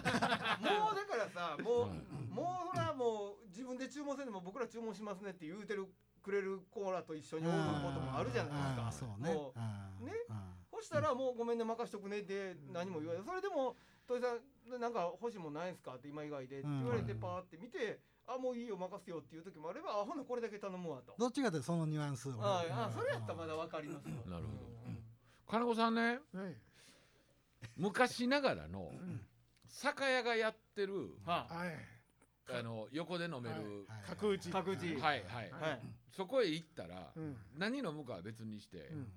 Speaker 1: からさもう、
Speaker 5: はい
Speaker 1: もうほらもう自分で注文せんでも僕ら注文しますねって言うてるくれるコーラと一緒におることもあるじゃないです
Speaker 4: あ
Speaker 1: か
Speaker 4: ーそうね
Speaker 1: もう
Speaker 4: あー
Speaker 1: ね
Speaker 4: あ
Speaker 1: そしたらもうごめんね任しとくねで何も言わないそれでも「土井さんなんか欲しいもんないんすか?」って今以外でって言われて
Speaker 4: うん
Speaker 1: パーって見て「あもういいよ任せよ」っていう時もあれば「あほなこれだけ頼むわ」と
Speaker 4: ー。どっちかってそのニュアンス俺
Speaker 1: あ
Speaker 4: うん
Speaker 1: ああそれやったらまだわかりますわ
Speaker 5: なるほど
Speaker 1: うん
Speaker 5: 金子さんね
Speaker 2: はい
Speaker 5: 昔ながらの酒屋がやってる
Speaker 1: はあ
Speaker 2: はい
Speaker 5: あの横で飲める、
Speaker 4: はい
Speaker 2: 角打ち
Speaker 1: 角打ち
Speaker 5: はいはい
Speaker 2: は
Speaker 1: はい
Speaker 5: そこへ行ったら、
Speaker 2: うん
Speaker 5: 何飲むかは別にして、
Speaker 2: うん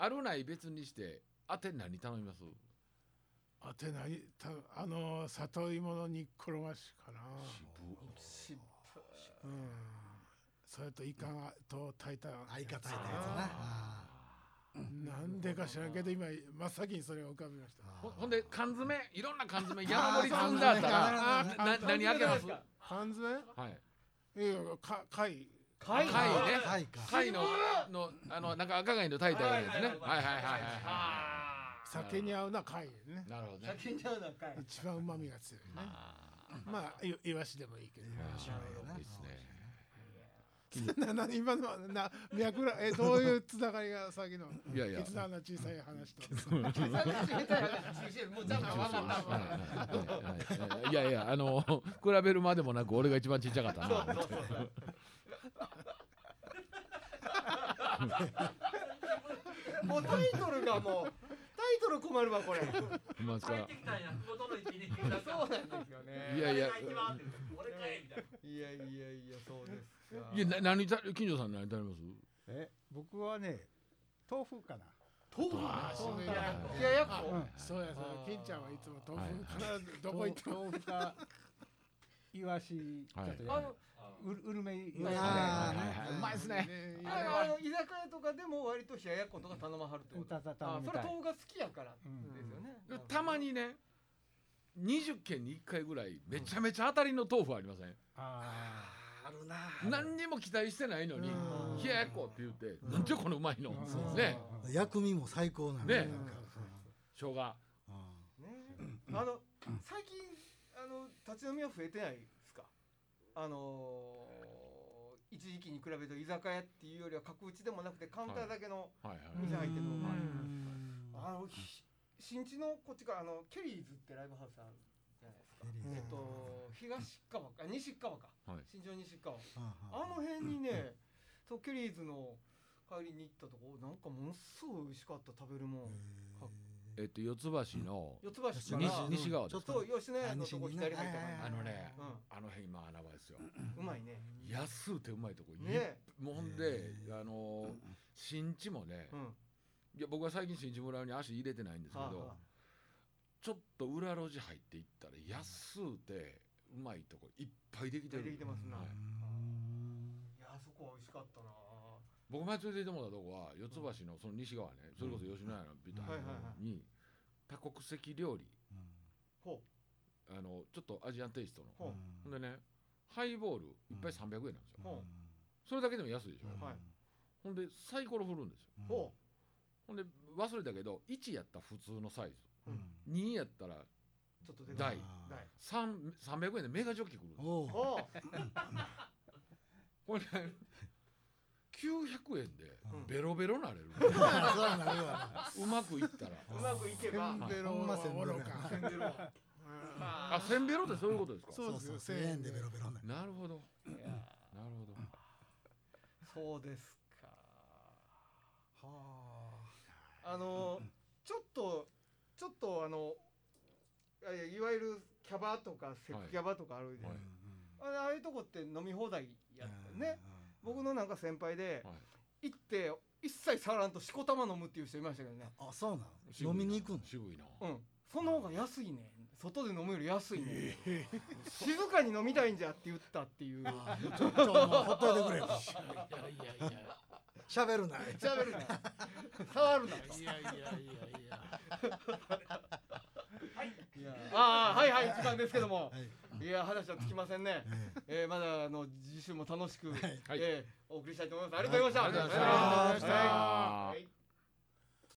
Speaker 5: あるない別にしてあて何頼みます
Speaker 2: 当てないたあの里芋の煮っころましかな
Speaker 1: し
Speaker 2: うんそれとイカがと炊いた
Speaker 4: 相方いたやつなあ
Speaker 2: なんでか知らんけど今真っ先にそれが浮かびました
Speaker 4: ー
Speaker 5: ほほんで缶詰いろんな缶詰山盛り積んだったら
Speaker 4: あ
Speaker 5: あ
Speaker 4: ー
Speaker 5: ーな何開けますは
Speaker 2: 缶詰
Speaker 5: い
Speaker 2: いやいやか貝
Speaker 1: 貝
Speaker 5: 貝
Speaker 1: はい
Speaker 5: ね
Speaker 4: はいか
Speaker 5: 貝ののあのなんか赤貝の炊いたやつですねはいはいはいはいは
Speaker 1: あ
Speaker 2: 酒に合うな貝ね
Speaker 5: いなるほど
Speaker 1: あ
Speaker 5: ね
Speaker 1: 先にちゃうな貝
Speaker 2: 一番旨味が強いね
Speaker 5: あ
Speaker 2: まあいイワシでもいいけど
Speaker 5: ー
Speaker 4: イワシもええな
Speaker 5: ですね
Speaker 2: なな今のはな脈絡えどういうつながりが先の
Speaker 5: いやいや
Speaker 2: ケツの穴小さい話 と。
Speaker 6: もうちゃんと分かったわ
Speaker 5: いやいやあの比べるまでもなく俺が一番ちっちゃかった
Speaker 1: そう
Speaker 5: な
Speaker 1: そうそうもうタイトルがもうタイトル困るわこれ
Speaker 5: ま
Speaker 6: 帰っ
Speaker 5: さ
Speaker 6: てきたんや元の位置に行って
Speaker 1: そう
Speaker 6: き
Speaker 1: な
Speaker 6: た
Speaker 1: ん
Speaker 6: そう
Speaker 1: ですよね
Speaker 5: いやいや
Speaker 6: 俺かいみたいない
Speaker 1: やいやいやそうですか
Speaker 5: いやな何た金城さん何食べます
Speaker 3: え僕はね豆腐かな
Speaker 1: 豆腐
Speaker 2: あーそうね
Speaker 1: いや
Speaker 2: い
Speaker 1: いや
Speaker 2: や
Speaker 1: や
Speaker 2: や
Speaker 1: っぱ
Speaker 3: うん
Speaker 2: そうやそう
Speaker 1: あー
Speaker 2: や。金ちゃんはいつも豆
Speaker 5: はい
Speaker 2: 腐必ずどこ
Speaker 3: 豆
Speaker 2: 行っても
Speaker 3: 豆腐かイワシちょっとや
Speaker 1: あ
Speaker 3: る
Speaker 1: の
Speaker 3: うるうるめい
Speaker 4: いやー
Speaker 5: はい
Speaker 4: ね
Speaker 5: はいはいうまいっすね。
Speaker 2: いいね
Speaker 1: あのあの居酒屋とかでも割と冷ややっことか頼まはるってこと
Speaker 3: たたた
Speaker 1: あ
Speaker 3: み
Speaker 1: それ
Speaker 3: たい
Speaker 1: 豆腐が好きやから
Speaker 3: うん
Speaker 1: ですよね
Speaker 5: たまにね20件に1回ぐらいめちゃめちゃ当たりの豆腐ありません、
Speaker 3: あ
Speaker 4: あるな
Speaker 5: 何にも期待してないのに
Speaker 2: うん
Speaker 5: 「冷ややっこ」って言って「なんじゃこのうまいの」
Speaker 3: ー
Speaker 4: そう
Speaker 5: ね
Speaker 3: うん
Speaker 4: 薬味も最高なのよ
Speaker 5: ね
Speaker 4: なんかうん
Speaker 5: 生姜
Speaker 4: うん
Speaker 1: ねあの最近あの立ち飲みは増えてないですかあのー一時期に比べると居酒屋っていうよりは角打ちでもなくてカウンターだけの、
Speaker 5: はいはい
Speaker 1: 店入ってるの
Speaker 4: うん
Speaker 1: はいあのひ新地のこっちからあのケリーズってライブハウスあるじゃないですか、
Speaker 4: うん
Speaker 1: えっと東川か西川か、
Speaker 5: はい
Speaker 1: 新庄西川
Speaker 4: うん
Speaker 1: あの辺にね、そうケリーズの帰りに行ったとこなんかものすごい美味しかった食べるもん、
Speaker 5: えっと四つ橋の
Speaker 1: 四つ橋
Speaker 5: う
Speaker 1: か
Speaker 5: ん
Speaker 1: ら
Speaker 5: 西西側
Speaker 4: ち
Speaker 5: です
Speaker 4: ょっ
Speaker 1: そ
Speaker 4: と
Speaker 1: う吉野家のとこ
Speaker 4: あ西に
Speaker 1: 左入
Speaker 4: ね
Speaker 1: った感
Speaker 5: あのね
Speaker 1: じ、
Speaker 5: あの辺今穴場ですよ
Speaker 1: うん、うまいね
Speaker 5: 安うてうまいとこいっ
Speaker 1: ね
Speaker 5: もうほんで
Speaker 4: へー
Speaker 5: あのー新地もね
Speaker 1: うん
Speaker 5: いや僕は最近新地村に足入れてないんですけ
Speaker 1: はあ
Speaker 5: ど
Speaker 1: はあ
Speaker 5: ちょっと裏路地入っていったら安うてうまいとこいっぱいできて
Speaker 1: 出て
Speaker 5: る
Speaker 1: きてますな、
Speaker 5: はいい、
Speaker 1: やあそこは美味しかったな
Speaker 5: 僕前連れて行ってもらったとこは四つ橋のその西側ね、それこそ吉野家のビター
Speaker 1: はいはいは
Speaker 5: に多国籍料理
Speaker 1: ほ
Speaker 5: あのちょっとアジアンテイストの
Speaker 1: ほう
Speaker 5: ほんでねハイボールいっぱい300円なんですよ、
Speaker 1: ほう
Speaker 5: それだけでも安いでしょ、
Speaker 1: はい
Speaker 5: ほんでサイコロ振るんですよ
Speaker 1: うほ
Speaker 5: ほんで忘れたけど1やったら普通のサイ
Speaker 1: う
Speaker 5: ズ2やったら
Speaker 1: うちょっとでか
Speaker 5: 大
Speaker 1: い大
Speaker 5: 3 300円でメガジョッキ来るんですよ
Speaker 4: おう
Speaker 1: ほう
Speaker 5: これね900円で
Speaker 1: うん
Speaker 5: ベロベロなれる、
Speaker 4: そうやなるわな
Speaker 5: うまくいったら
Speaker 1: うまくいけば
Speaker 2: せんべろ
Speaker 4: ほんま
Speaker 2: は
Speaker 4: せんべ
Speaker 2: お
Speaker 4: ろ
Speaker 2: ろ
Speaker 4: やな
Speaker 2: か。
Speaker 5: あせんべろってそういうことですか
Speaker 2: そうです
Speaker 4: そう
Speaker 2: よ。
Speaker 4: そう
Speaker 2: せんべろ
Speaker 4: 1000円でベロベロね
Speaker 5: なるほど
Speaker 1: いや
Speaker 5: なるほ
Speaker 1: そ
Speaker 5: ど
Speaker 1: うですかはああのちょっとちょっとあのいやいやいわゆるキャバとかセクキャバとかあるじゃ
Speaker 5: は
Speaker 1: ないいあれああいうとこって飲み放題やったよね僕
Speaker 4: の
Speaker 1: のなんか先輩で
Speaker 5: はい
Speaker 1: 行って一切触らんとしこたま飲むっていう人いましたけどね
Speaker 4: あそうな
Speaker 5: 渋
Speaker 4: の
Speaker 5: い
Speaker 4: 飲
Speaker 5: な
Speaker 4: みに行くの
Speaker 5: 渋いな、
Speaker 1: うんその方が安いね外で飲むより安いね静かに飲みたいんじゃって言ったっていう
Speaker 4: あちょっともうほっといてくれ
Speaker 5: いやいや
Speaker 4: 喋るな
Speaker 1: 喋るな触るない
Speaker 5: やいやいやいや
Speaker 1: ああはいはい時間ですけども
Speaker 4: はい
Speaker 1: いや話はつきませんね、
Speaker 4: え
Speaker 1: えー、まだあの次週も楽しく、
Speaker 4: い
Speaker 1: えーお送りしたいと思いますありがとうございました、
Speaker 5: ありがとうござい
Speaker 4: あ
Speaker 5: ま
Speaker 4: りがとうございま
Speaker 5: し
Speaker 4: した
Speaker 5: た。
Speaker 1: はい